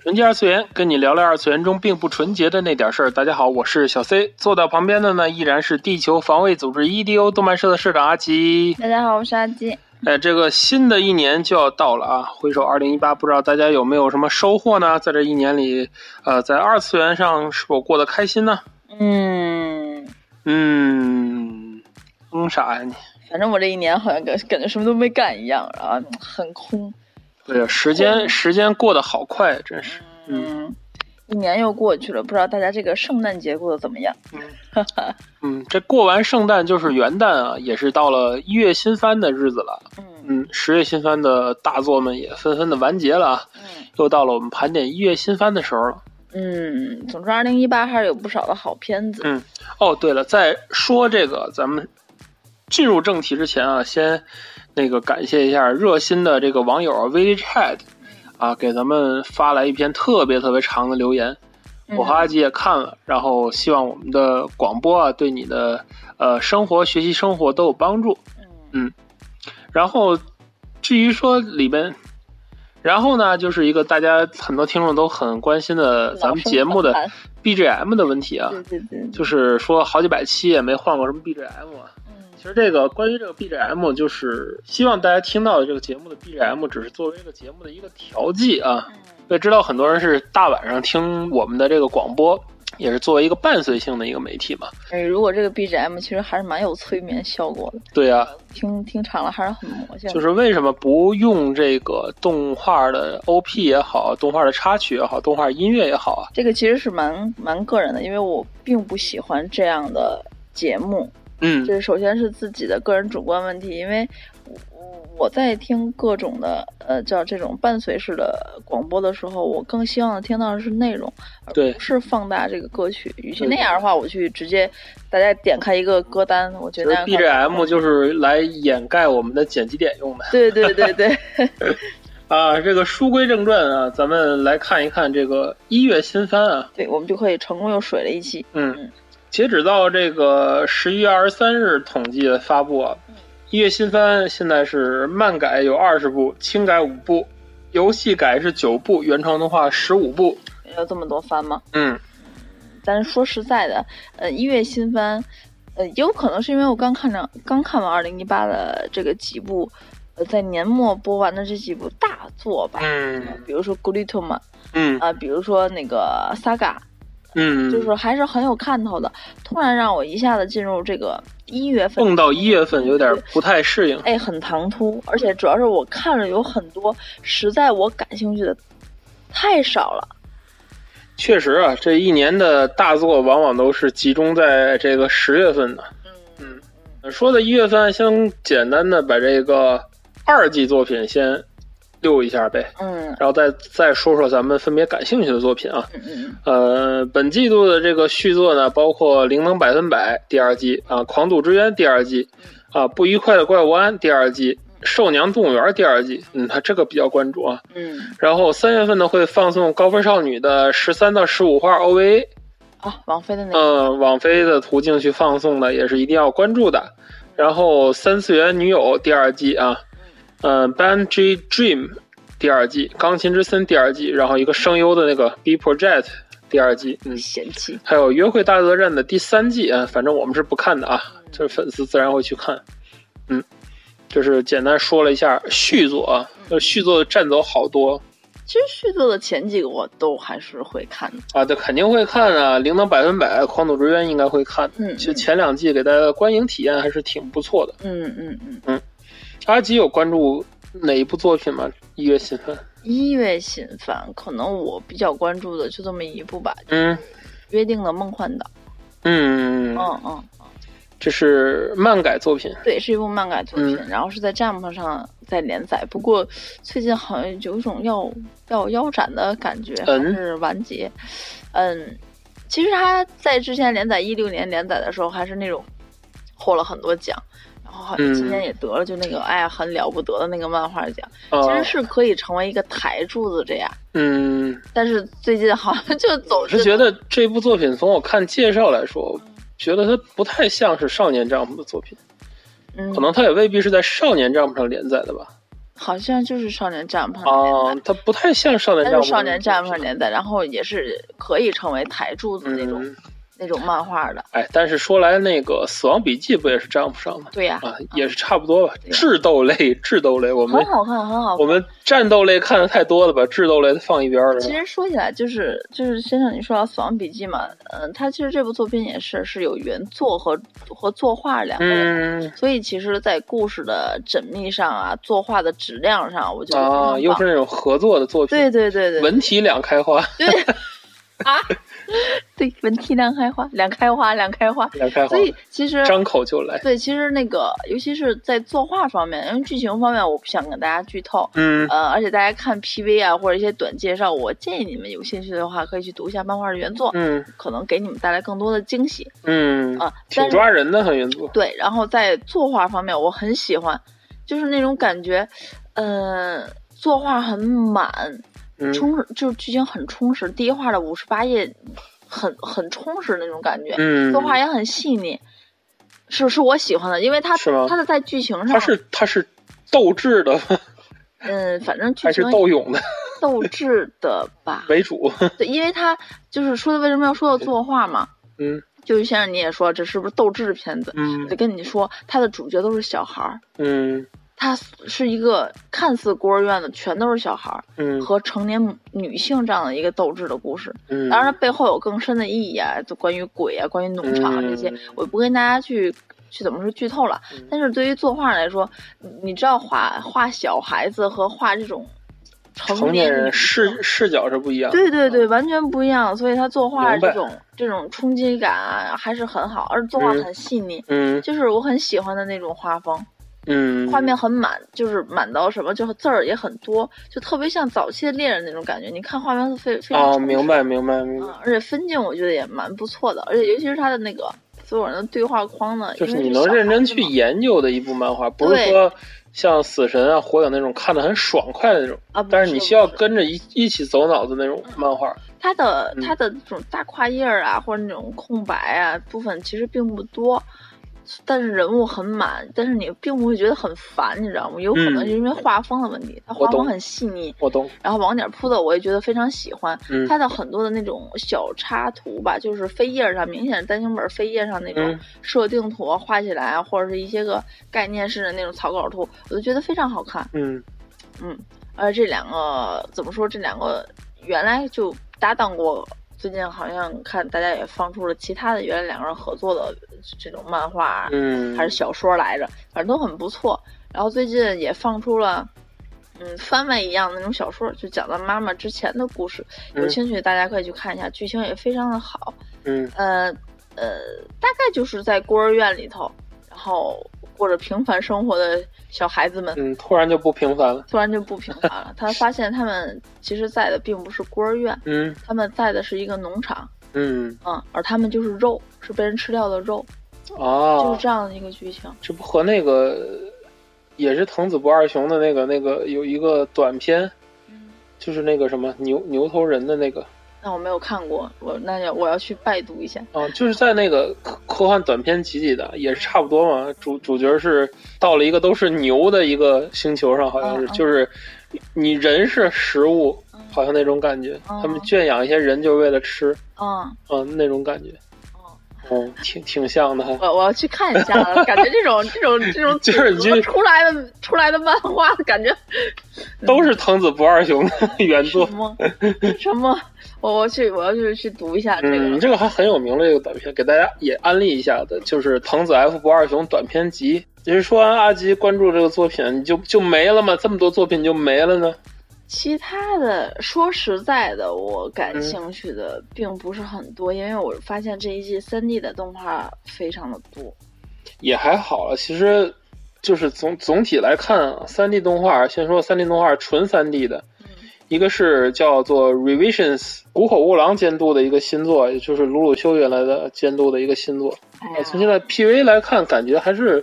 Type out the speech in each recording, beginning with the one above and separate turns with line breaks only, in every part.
纯洁二次元，跟你聊聊二次元中并不纯洁的那点事儿。大家好，我是小 C，坐到旁边的呢依然是地球防卫组织 EDO 动漫社的社长阿吉。
大家好，我是阿基。
哎，这个新的一年就要到了啊！回首二零一八，不知道大家有没有什么收获呢？在这一年里，呃，在二次元上是否过得开心呢？
嗯，
嗯，嗯啥呀你？
反正我这一年好像感感觉什么都没干一样，然后很空。
对呀，时间时间过得好快，真是。
嗯，一年又过去了，不知道大家这个圣诞节过得怎么样？
嗯，这过完圣诞就是元旦啊，也是到了一月新番的日子了。
嗯
嗯，十月新番的大作们也纷纷的完结了啊，
嗯
又到了我们盘点一月新番的时候了。
嗯，总之，二零一八还是有不少的好片子。
嗯，哦，对了，在说这个咱们进入正题之前啊，先那个感谢一下热心的这个网友 v i l l Chat 啊，给咱们发来一篇特别特别长的留言。嗯
嗯
我和阿吉也看了，然后希望我们的广播啊，对你的呃生活、学习、生活都有帮助。
嗯
然后至于说里边，然后呢，就是一个大家很多听众都很关心的咱们节目的
老生嗯
BGM 的问题啊，
对对对，
就是说好几百期也没换过什么 BGM 啊。
嗯
其实这个关于这个 BGM，就是希望大家听到的这个节目的 BGM，只是作为这个节目的一个调剂啊。
嗯
也知道很多人是大晚上听我们的这个广播，也是作为一个伴随性的一个媒体嘛。
哎，如果这个 BGM 其实还是蛮有催眠效果的，
对啊，
听听长了还是很魔性的。
就是为什么不用这个动画的 OP 也好，动画的插曲也好，动画音乐也好啊？
这个其实是蛮蛮个人的，因为我并不喜欢这样的节目。
嗯
这首先是自己的个人主观问题，因为我我我在听各种的呃叫这种伴随式的广播的时候，我更希望听到的是内容，而
对
不是放大这个歌曲。与其
对
那样的话，我去直接大家点开一个歌单，我觉
其实
得
BGM 就是来掩盖我们的剪辑点用的
对对对对，
啊。这个书归正传啊，咱们来看一看这个一月新番啊，
对我们就可以成功又水了一期。嗯
嗯，截止到这个十一月二十三日统计的发布啊，
嗯
一月新番现在是漫改有二十部，轻改五部，游戏改是九部，原创动画十五部。
有这么多番吗？
嗯，
但是说实在的，呃，一月新番，呃，也有可能是因为我刚看着刚看完二零一八的这个几部，呃，在年末播完的这几部大作吧，呃
嗯
比如说《g l i t u m 啊、
嗯
比如说那个《Saga》，
嗯，
啊就是还是很有看头的。突然让我一下子进入这个一月份，
蹦到一月份有点不太适应。
哎，很唐突，而且主要是我看了有很多实在我感兴趣的太少了。
确实啊，这一年的大作往往都是集中在这个十月份的。
嗯
嗯，说的一月份，先简单的把这个二季作品先溜一下呗，
嗯
然后再再说说咱们分别感兴趣的作品啊。
嗯嗯
呃，本季度的这个续作呢，包括《灵能百分百》第二季啊，《狂赌之渊》第二季啊，《不愉快的怪物安》第二季，《兽娘动物园》第二季。嗯，他这个比较关注啊。
嗯
然后三月份呢会放送《高分少女》的十三到十五话 OVA，
啊，王菲的那个，
嗯，网飞的途径去放送的也是一定要关注的。然后《三次元女友》第二季啊，嗯，《Banji Dream》第二季，《钢琴之森》第二季，然后一个声优的那个 B Project 第二季，嗯，
嫌弃。
还有《约会大作战》的第三季啊，反正我们是不看的啊，这粉丝自然会去看。嗯，就是简单说了一下续作啊，就是续作占走好多，
其实续作的前几个我都还是会看的，
啊，对，肯定会看啊，《零能百分百》《狂赌之渊》应该会看。
嗯
其实前两季给大家的观影体验还是挺不错的。
嗯嗯嗯。
阿吉有关注哪一部作品吗？一月新番？
一月新番可能我比较关注的就这么一部吧，
嗯
《约定的梦幻岛》。
嗯，
嗯嗯，
这是漫改作品。
对，是一部漫改作品，
嗯
然后是在 Jump 上在连载，不过最近好像有一种要要腰斩的感觉，还是完结。嗯，其实他在之前连载一六年连载的时候，还是那种获了很多奖，然后好像今年也得了就那个、哎呀很了不得的那个漫画奖，
啊
其实是可以成为一个台柱子这样。
嗯，
但是最近好像就总
我是觉得这部作品从我看介绍来说，觉得它不太像是少年丈夫的作品，
嗯，
可能它也未必是在少年丈夫上连载的吧。
好像就是少年战胖
啊，它不太像少年
但
丈
嗯是
夫。
少年战胖年代，然后也是可以成为台柱子那种、
嗯，
那种漫画的。
哎，但是说来那个《死亡笔记》不也是丈夫上的
对呀、
啊？也是差不多吧。
对
智斗类，智斗类，我们
很好看，很好
我
看。
们战斗类看的太多了吧？智斗类放一边儿了。
其实说起来，就是就是先生，你说到《死亡笔记》嘛，嗯、他其实这部作品也是是有原作和和作画两个人，
嗯
所以其实，在故事的缜密上啊，作画的质量上，我觉得
啊，
非常
又
棒。
是那种合作的作品，
对对对对，
文体两开花，
对啊，对，文体两开花，两开花，两开花。
两开花
所，以其实
张口就来。
对，其实那个，尤其是在作画方面，因为剧情方面我不想跟大家剧透，
嗯
呃，而且大家看 PV 啊或者一些短介绍，我建议你们有兴趣的话可以去读一下漫画的原作，
嗯
可能给你们带来更多的惊喜
嗯
啊、，
挺
但是
抓人的，很原作。
对，然后在作画方面，我很喜欢，就是那种感觉，呃，作画很满，
嗯
充实，就是剧情很充实，第一画的五十八页很很充实那种感觉，
嗯
作，画也很细腻，是是我喜欢的，因为它
是吗
它的在剧情上，
他是他是斗智的
嗯，反正剧
还是
情
斗勇的，
斗智的吧
为主？
对，因为它就是说的为什么要说到作画嘛，
嗯
就是先生你也说这是不是斗智的片子？我
嗯
就跟你说，它的主角都是小孩儿。
嗯
它是一个看似孤儿院的，全都是小孩儿
嗯
和成年母女性这样的一个斗智的故事。
嗯，
当然，它背后有更深的意义啊，就关于鬼啊，关于农场啊这些
嗯，
我不跟大家去去怎么说剧透了
嗯。
但是对于作画来说，你你知道画画小孩子和画这种
成年人
女性
视视角是不一样的。
对对对，完全不一样。所以他作画
嗯明白
这种这种冲击感啊还是很好，而且作画
嗯
很细腻，
嗯
就是我很喜欢的那种画风，
嗯，
画面很满，就是满到什么，就是字儿也很多，就特别像早期的猎人那种感觉。你看画面是非非常
哦，
充实
明白明白明
嗯
白，，
而且分镜我觉得也蛮不错的，而且尤其是他的那个所有人的对话框呢，
就是
因为
你能
小
认真
孩子
去
嘛
研究的一部漫画，不是
对
说像死神啊、火影那种看的很爽快的那种，
啊，不
但是你
不
需要
不
跟着一一起走脑子那种
嗯
漫画。
它的
嗯
它的这种大跨页儿啊，或者那种空白啊部分其实并不多，但是人物很满，但是你并不会觉得很烦，你知道吗？有可能
嗯
是因为画风的问题，它
我
画
懂
风很细腻，
我懂，
然后网点铺的我也觉得非常喜欢。
嗯
它的很多的那种小插图吧，就是扉页上明显是单行本扉页上那种
嗯
设定图啊画起来啊，或者是一些个概念式的那种草稿图，我就觉得非常好看。
嗯
嗯，而这两个怎么说？这两个原来就搭档过，最近好像看大家也放出了其他的原来两个人合作的这种漫画啊、
嗯，
还是小说来着，反正都很不错。然后最近也放出了。嗯，番外一样的那种小说，就讲到妈妈之前的故事，有
嗯
兴趣大家可以去看一下，剧情也非常的好。
嗯
呃呃，大概就是在孤儿院里头，然后过着平凡生活的小孩子们，
嗯，突然就不平凡了。
突然就不平凡了。他发现他们其实在的并不是孤儿院，
嗯
他们在的是一个农场，
嗯
嗯，而他们就是肉，是被人吃掉的肉，就
啊
是，这样的一个剧情。
这不和那个也是藤子不二雄的那个那个有一个短片，
嗯，
就是那个什么牛牛头人的那个
那我没有看过，我那要我要去拜读一下。
啊，就是在那个科科幻短片集里的，也是差不多嘛。主主角是到了一个都是牛的一个星球上，好像是，
嗯嗯
就是你人是食物，
嗯
好像那种感觉。
嗯
他们圈养一些人就是为了吃，
嗯，
嗯，那种感觉，
嗯
嗯，挺挺像的哈。
我我要去看一下了，感觉这种这种这种
就是你
组合出来的出来的漫画，感觉
都是藤子不二雄的
嗯
原作嗯
什。么什么，我我去我要去去读一下这
嗯，
个。
这个还很有名的一个短片，给大家也安利一下的，就是藤子 F 不二雄短篇集。其实说完阿吉关注这个作品，你就就没了吗？这么多作品就没了呢？
其他的，说实在的，我
嗯
感兴趣的并不是很多，因为我发现这一季三 D 的动画非常的多。
也还好了。其实就是总总体来看，三 D 动画，先说三 D 动画纯三 D 的，一个是叫做 Revisions 谷口悟郎监督的一个新作，也就是鲁鲁修原来的监督的一个新作。
哎
啊，
呀
从现在 PV 来看，感觉还是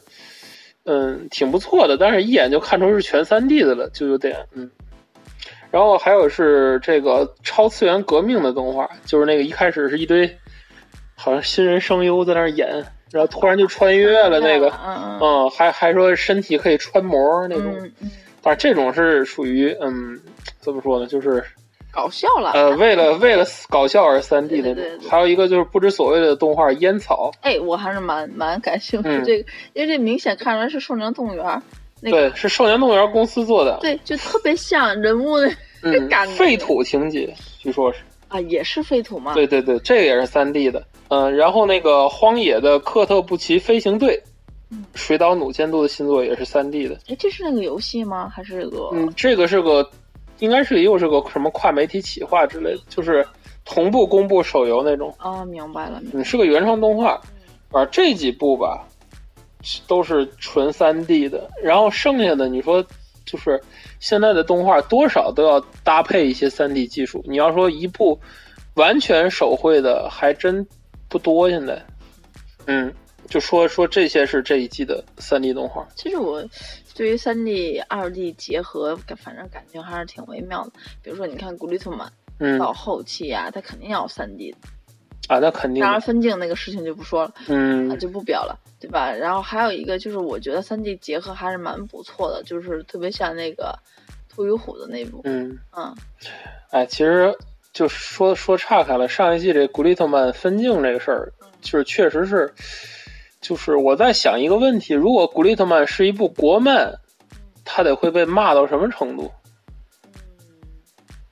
嗯挺不错的，但是一眼就看出是全3 D 的了，就有点嗯。然后还有是这个超次元革命的动画，就是那个一开始是一堆好像新人声优在那儿演，然后突然就穿越了那个，
嗯嗯
嗯，还还说身体可以穿模那种，
嗯嗯，
但是这种是属于嗯怎么说呢，就是
搞笑了。
呃为了为了搞笑而3 D
对
那
对
种
对。对
还有一个就是不知所谓的动画《烟草》，
哎，我还是蛮蛮感兴趣
嗯
这个，因为这明显看出来是寿宁动物园儿那个，
对，是少年动物园公司做的，
对，就特别像人物的
嗯
感觉，
废土情节，据说是，
啊，也是废土嘛。
对对对，这个也是三 D 的，嗯，然后那个荒野的克特布奇飞行队
嗯，
水岛努监督的新作也是三 D 的，
哎，这是那个游戏吗？还是个？
嗯，这个是个，应该是又是个什么跨媒体企划之类的，就是同步公布手游那种，
啊，明白了，明白
嗯，是个原创动画，啊，这几部吧都是纯三 D 的，然后剩下的你说就是现在的动画多少都要搭配一些三 D 技术，你要说一部完全手绘的还真不多，现在，嗯，就说说这些是这一季的三 D 动画，
其实我对于三 D、二 D 结合，感反正感觉还是挺微妙的。比如说，你看《古力特曼》
嗯
到后期啊，它肯定要有三 D 的。
啊，那肯定
当然，
的，
分镜那个事情就不说了，啊，
嗯
就不表了，对吧？然后还有一个就是，我觉得三 D 结合还是蛮不错的，就是特别像那个《兔与虎》的那部，
嗯，
嗯，
哎，其实就说说岔开了，上一季这古力特曼分镜这个事儿，
嗯
就是确实是，就是我在想一个问题：如果古力特曼是一部国漫，他得会被骂到什么程度，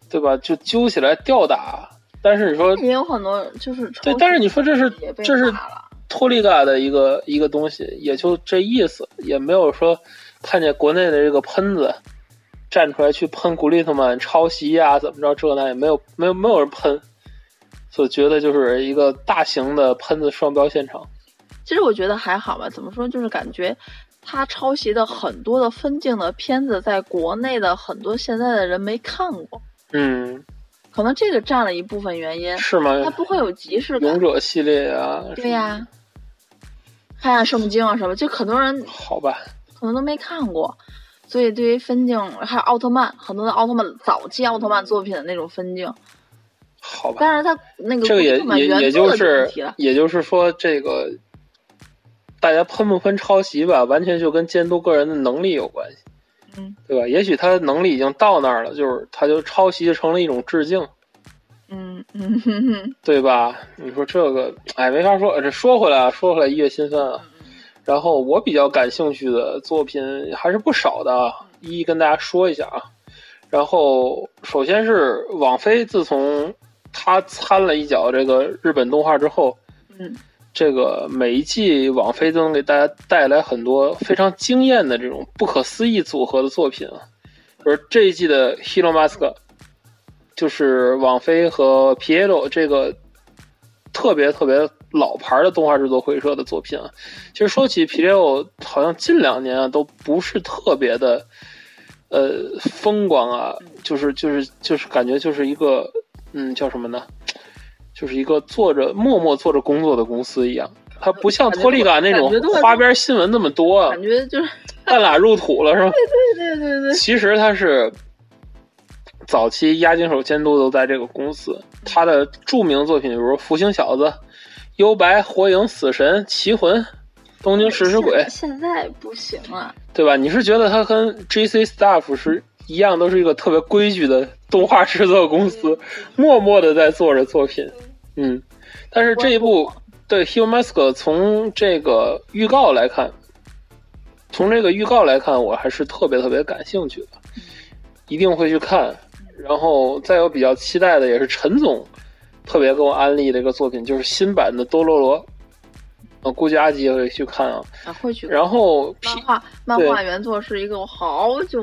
对吧？就揪起来吊打。但是你说
也有很多就是
对，但是你说这是
也被
这是
骂了
托利嘎的一个一个东西，也就这意思，也没有说看见国内的这个喷子站出来去喷古力特曼抄袭呀、怎么着这那也没有没有没有人喷，所以觉得就是一个大型的喷子双标现场。
其实我觉得还好吧，怎么说，就是感觉他抄袭的很多的分镜的片子，在国内的很多现在的人没看过，
嗯，
可能这个占了一部分原因，
是吗？
嗯他不会有即视
勇
感。
者系列啊，
对呀、黑暗圣经啊什么，就很多人
好吧，
可能都没看过，所以对于分镜还有奥特曼，很多的奥特曼早期奥特曼作品的那种分镜，
好吧，
但是他那个
这个也
奥特曼
也
原
也
作
就
的
是
问题了，
也就是说这个。大家喷不喷抄袭吧，完全就跟监督个人的能力有关系。
嗯
对吧？也许他能力已经到那儿了，就是他就抄袭成了一种致敬，
嗯嗯 哼哼，
对吧？你说这个，哎，没法说。呃这说回来啊，说回来，一月新番啊，然后我比较感兴趣的作品还是不少的啊，一一跟大家说一下啊。然后首先是网飞，自从他掺了一脚这个日本动画之后，
嗯
这个每一季网飞都能给大家带来很多非常惊艳的这种不可思议组合的作品啊。比如这一季的《Hero Mask》，就是网飞和 Piero 这个特别特别老牌的动画制作会社的作品啊。其实说起 Piero，好像近两年啊都不是特别的呃风光啊，就是就是就是感觉就是一个嗯叫什么呢？就是一个做着默默做着工作的公司一样，它不像托利嘎那种
感觉都是
花边新闻那么多啊
感，觉就是
半拉入土了是吧？
对对对对，
其实他是早期押井守监督都在这个公司，他的著名作品比如《福星小子》《幽白》《火影》《死神》《棋魂》《东京食尸鬼》，
现现在不行了，
对吧？你是觉得他跟 JC Staff 是一样，都是一个特别规矩的动画制作公司，默默的在做着作品，嗯。但是这一部对《Hugh Mask》从这个预告来看，从这个预告来看，我还是特别特别感兴趣的，一定会去看。然后再有比较期待的，也是陈总特别给我安利的一个作品，就是新版的《多罗罗》，我估计阿吉也会去看啊。
啊，会去
然后 P
漫画漫画原作是一个我好久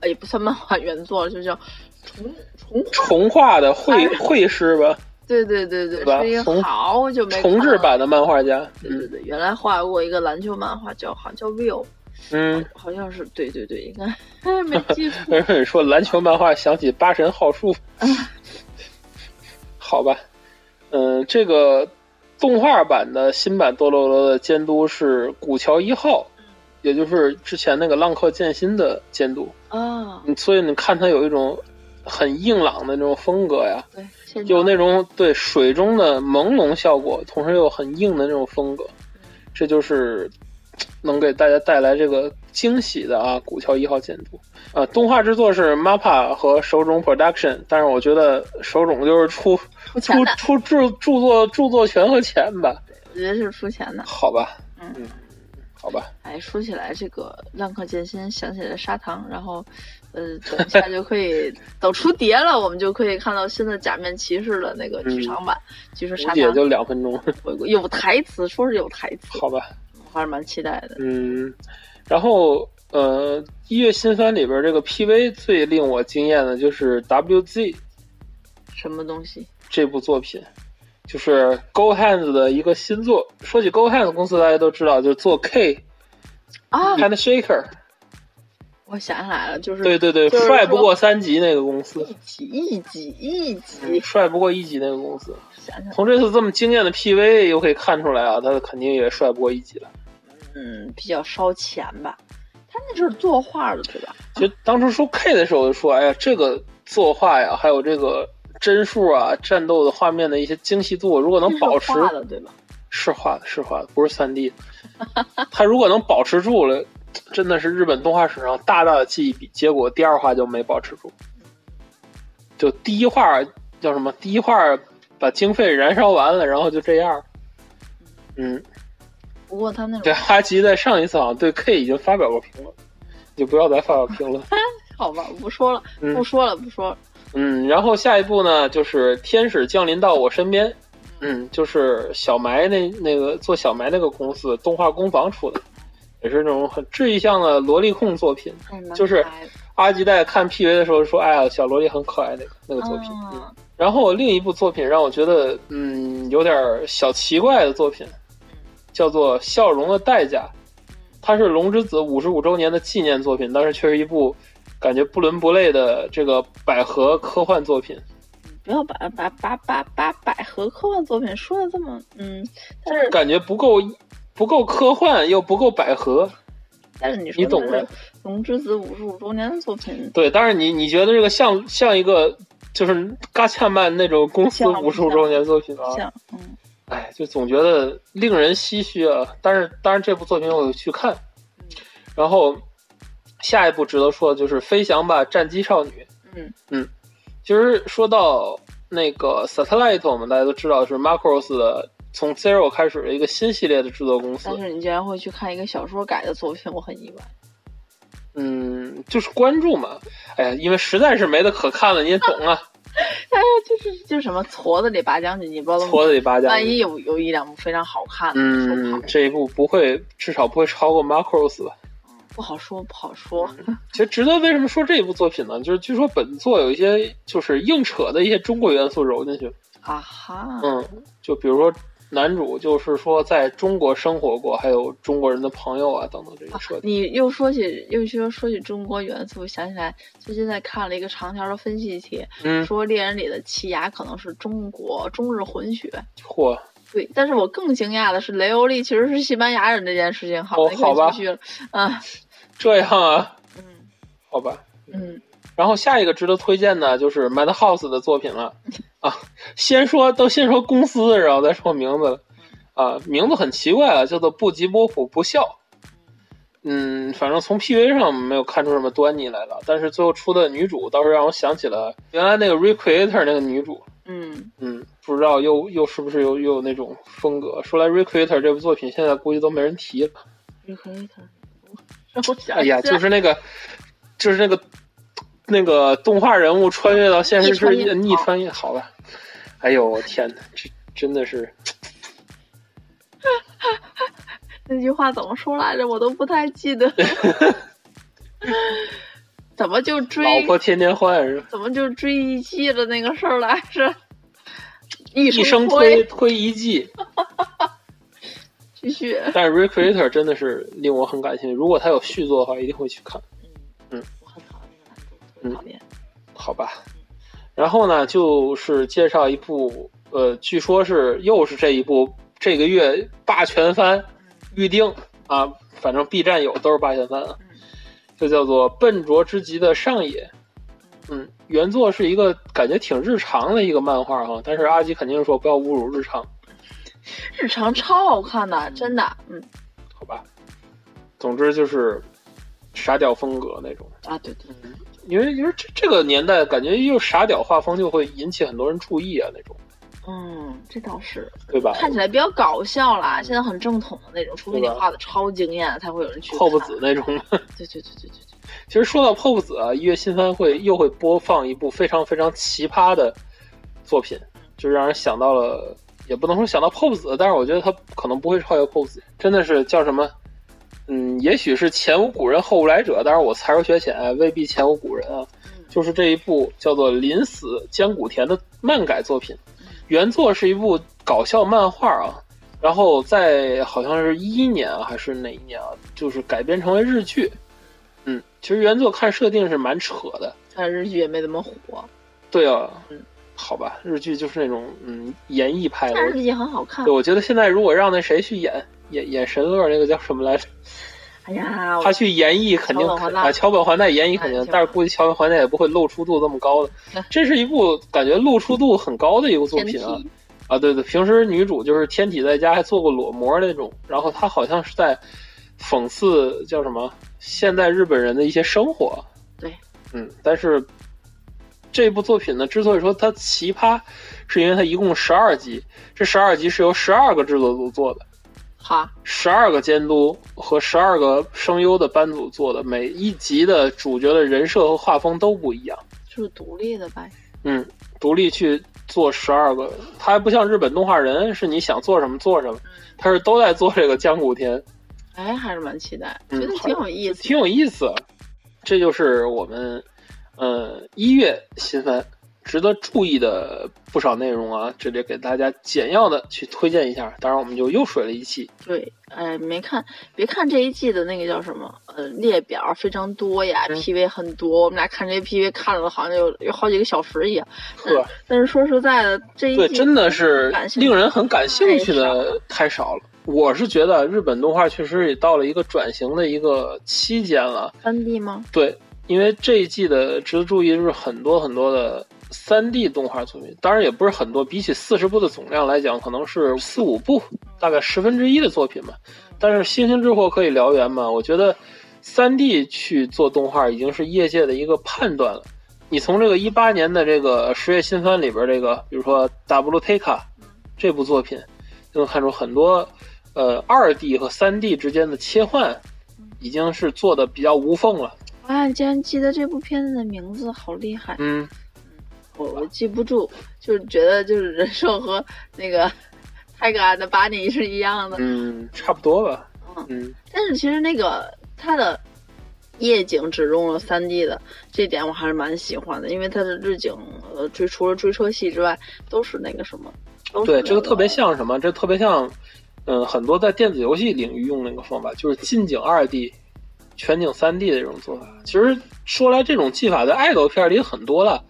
呃也不算漫画原作了，就叫重重
重画的绘绘师吧，
对对对
对
对，
吧
是一
重
个好久没看
重
了
制。版的漫画家。
对对
嗯，
对，原来画过一个篮球漫画叫好像叫 Will，
嗯，
好像是对对对，应该没记错
为什么你说篮球漫画想起八神浩树？好吧，嗯、这个动画版的新版《多罗罗》的监督是古桥一号，也就是之前那个《浪客剑心》的监督，
啊。
嗯所以你看他有一种很硬朗的那种风格呀，
对，现
有
场
那种对水中的朦胧效果，同时又有很硬的那种风格，这就是嘖能给大家带来这个惊喜的啊！古桥一号监督，呃，动画制作是 MAPPA 和手冢 Production，但是我觉得手冢就是出
出钱
出
的，
出制著作著作权和钱吧，
我觉得是出钱的。
好吧，
嗯
嗯，好吧，
哎，说起来这个《浪客剑心》，想起了砂糖，然后，呃，等一下就可以等出碟了，我们就可以看到新的假面骑士的那个剧场版。据说
估
砂
计也
糖
嗯就两分钟，
有有台词，说是有台词，
好吧，
我还是蛮期待的。
嗯，然后呃，一月新番里边这个 PV 最令我惊艳的就是 WZ
什么东西？
这部作品，就是 Go Hands 的一个新作。说起 Go Hands 公司，大家都知道，就是做 K
啊，
Hand Shaker，
我想起来了，就是
嗯对对对，
就是
帅不
说
过三级那个公司
一，集一集一
嗯
集，
帅不过一级那个公司。
想想，
从这次这么惊艳的 PV 又可以看出来啊，他肯定也帅不过一级了。
嗯，比较烧钱吧。他那是作画的，对吧？
其实当初说 K 的时候，我就说，哎呀，这个作画呀，还有这个帧数啊，战斗的画面的一些精细度，如果能
这是
保持，
画的，对吧？
是画的，是画的，不是三 D。它如果能保持住了，真的是日本动画史上大大的记一笔。结果第二话就没保持住，就第一话叫什么？第一话把经费燃烧完了，然后就这样。嗯，
不过他那
对，
种
哈吉在上一次好像对 K 已经发表过评论，就不要再发表评论。
好吧，我不说了，
嗯
不说了，不说了。
嗯，然后下一步呢，就是天使降临到我身边。嗯，就是小埋那那个做小埋那个公司动画工坊出的，也是那种很治愈向的萝莉控作品。
哎蛮
就是
可爱的
阿吉在看 PV 的时候说：“哎呀，小萝莉很可爱。”那个那个作品。嗯
嗯，
然后另一部作品让我觉得嗯有点小奇怪的作品，叫做《笑容的代价》，它是龙之子五十五周年的纪念作品，但是却是一部感觉不伦不类的这个百合科幻作品。嗯
不要把把把把把百合科幻作品说的这么嗯，但是
感觉不够不够科幻，又不够百合。
但是你说
你懂
的
的
是龙之子五十五周年的作品，
对，但是你你觉得这个像像一个就是嘎恰曼那种公司
像
五十五周年作品吗？
像嗯
哎，就总觉得令人唏嘘啊。但是当然这部作品我有去看，
嗯
然后下一部值得说的就是《飞翔吧，战机少女》。
嗯
其实说到那个 Satellite，我们大家都知道是 Macross 的从 Zero 开始的一个新系列的制作公司
但。是你竟然会去看一个小说改的作品，我很意外。
嗯，就是关注嘛。哎呀，因为实在是没得可看了，你也懂 啊。
哎呀，就是就是什么矬子里拔将军，你不知道
矬子里拔将
万
军。
一有有一两部非常好看的，说
嗯，
不好
这一部不会，至少不会超过 Macross 吧？
不好说，不好说。
其实值得为什么说这一部作品呢？就是据说本作有一些就是硬扯的一些中国元素揉进去。
啊哈，
嗯，就比如说男主就是说在中国生活过，还有中国人的朋友啊等等这些设定。
你又说起又说说起中国元素，想起来最近在看了一个长条的分析题，
嗯，
说猎人里的奇牙可能是中国中日混血。
嚯，
对，但是我更惊讶的是雷欧利其实是西班牙人这件事情。好，
哦
你
好
可
吧
以继续了。啊，
这样啊？
嗯
好吧。
嗯，
然后下一个值得推荐的就是 Madhouse 的作品了啊。先说都先说公司，然后再说名字了啊。名字很奇怪啊，叫做布吉波普不笑。嗯，反正从 PV 上没有看出什么端倪来了，但是最后出的女主倒是让我想起了原来那个 Recreator 那个女主。
嗯，
嗯，不知道又又是不是又又有那种风格。说来 Recreator 这部作品现在估计都没人提了。
你可以看。我想
哎 呀，
起来
就是那个，就是那个，那个动画人物穿越到现实世界，逆
逆
穿越，好吧？哎呦，我天哪，这真的是，
那句话怎么说来着，我都不太记得。 怎么就追
老婆天天换是吧？
怎么就追忆记的那个事儿来着？一
一生推
推，
推一季，
续续。
但是 Recreator 真的是令我很感兴趣，如果它有续作的话，一定会去看。嗯，
我很讨厌那个男主，特别讨厌。
好吧。然后呢，就是介绍一部，呃，据说是又是这一部这个月霸权番预定啊，反正 B 站有都是霸权番啊，
嗯
就叫做《笨拙之极的上野》。嗯，原作是一个感觉挺日常的一个漫画哈，但是阿吉肯定说不要侮辱日常，
日常超好看的，真的，嗯
好吧。总之就是傻屌风格那种，
啊，对对对，
因为因为这这个年代感觉又傻屌画风就会引起很多人注意啊那种，
嗯，这倒是
对吧？嗯
看起来比较搞笑啦，现在很正统的那种，除非你画的超惊艳，才会有人去看。
泡泡子那种。
对对对对对对，
其实说到 Pop 子啊，一月新番会又会播放一部非常非常奇葩的作品，就是让人想到了，也不能说想到 Pop 子，但是我觉得它可能不会超越 Pop 子，真的是叫什么？嗯，也许是前无古人后无来者，但是我才疏学浅，未必前无古人啊。就是这一部叫做《临死江古田》的漫改作品，原作是一部搞笑漫画啊，然后在好像是一一年啊还是哪一年啊，就是改编成为日剧。嗯，其实原作看设定是蛮扯的，
但日剧也没怎么火，
对啊，
嗯
好吧，日剧就是那种嗯演绎派的
但。日剧很好看
对，。我觉得现在如果让那谁去演演演神乐那个叫什么来着，
哎呀，
他去演绎肯定
桥本环奈
啊，桥本环奈演绎肯定
嗯，
但是估计桥本环奈也不会露出度这么高的
嗯。
这是一部感觉露出度很高的一个作
天
品啊
梯
啊，对对，平时女主就是天体在家还做过裸模那种，然后她好像是在讽刺叫什么现代日本人的一些生活，
对，
嗯，但是这部作品呢，之所以说它奇葩，是因为它一共十二集，这十二集是由十二个制作组做的，
好，
十二个监督和十二个声优的班组做的，每一集的主角的人设和画风都不一样。
就是独立的吧？
嗯，独立去做十二个，它还不像日本动画人，是你想做什么做什么，它是都在做这个江古田，
哎，还是蛮期待，
嗯
觉得挺有意思。
挺有意思。这就是我们，呃，一月新番值得注意的不少内容啊，这里给大家简要的去推荐一下。当然，我们就又水了一期，
对，哎，没看，别看这一季的那个叫什么，呃，列表非常多呀、
嗯
p v 很多，我们俩看这些 PV 看了好像有有好几个小时一样。
呵，
但是说实在的，这一
对，
季
真的是
感兴趣
令人很感兴趣
太少
的
了
太少了。我是觉得日本动画确实也到了一个转型的一个期间了，
三 D 吗？
对，因为这一季的值得注意就是很多很多的三 D 动画作品，当然也不是很多，比起四十部的总量来讲，可能是四五部，大概十分之一的作品吧。但是《星星之火可以燎原》嘛，我觉得三 D 去做动画已经是业界的一个判断了。你从这个一八年的这个十月新番里边，这个比如说《W Take》这部作品，就能看出很多呃二 D 和三 D 之间的切换，已经是做的比较无缝了。
哎，竟然记得这部片子的名字，好厉害！
嗯，
我我记不住，就是觉得就是人设和那个《 泰戈尔的巴尼》是一样的。
嗯，差不多吧。
嗯
嗯，
但是其实那个它的夜景只用了三 D 的，这点我还是蛮喜欢的，因为它的日景，呃，追除了追车戏之外，都是那个什么，都是
对，
那
这个特别像什么？这特别像，嗯，很多在电子游戏领域用那个方法，就是近景二 D、全景三 D 的这种做法。其实说来，这种技法在爱豆片里很多了，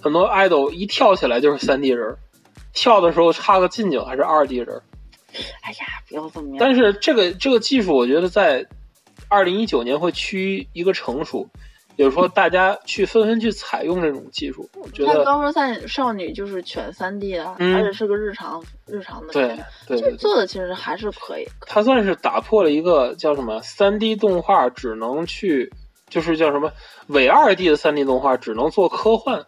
很多爱豆一跳起来就是三 D 人儿，跳的时候插个近景还是二 D 人儿。
哎呀，不要这么样。
但是这个这个技术，我觉得在二零一九年会趋于一个成熟，也就是说，大家去纷纷去采用这种技术。我觉
像
得，
高分赛少女就是全三 D 的，
嗯
而且是个日常日常的
对
片，
对对
这
对。
做的其实还是可以。
它算是打破了一个叫什么三 D 动画只能去，就是叫什么伪二 D 的三 D 动画只能做科幻，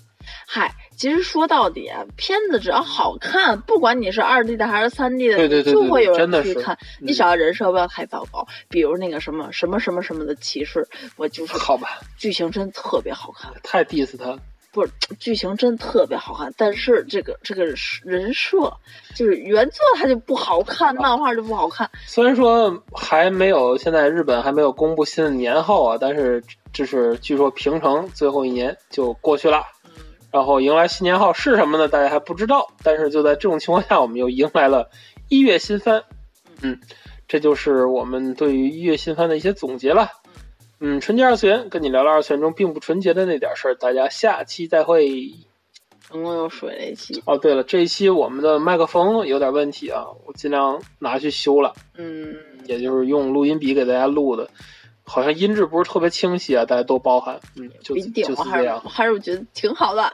嗨，其实说到底啊，片子只要好看，不管你是二 D 的还是三 D 的，
对对对对
就会有
真的
人
是
去看。
嗯
你只要人设不要太糟糕，比如那个什么什么什么什么的骑士，我就是
好吧，
剧情真特别好看，
太 diss 它了。
不是剧情真特别好看，但是这个这个人设就是原作它就不好看，
啊
漫画就不好看。
虽然说还没有，现在日本还没有公布新的年号啊，但是这是据说平成最后一年就过去了，
嗯
然后迎来新年号是什么呢？大家还不知道，但是就在这种情况下，我们又迎来了一月新番
嗯。
嗯，这就是我们对于一月新番的一些总结了。嗯，纯洁二次元跟你聊聊二次元中并不纯洁的那点事儿，大家下期再会。
总共有水了一期，
哦，对了，这一期我们的麦克风有点问题啊，我尽量拿去修了，
嗯，
也就是用录音笔给大家录的，好像音质不是特别清晰啊，大家多包涵。嗯，就
不一定
就，
我
是
还
这
是
样。
还是觉得挺好的。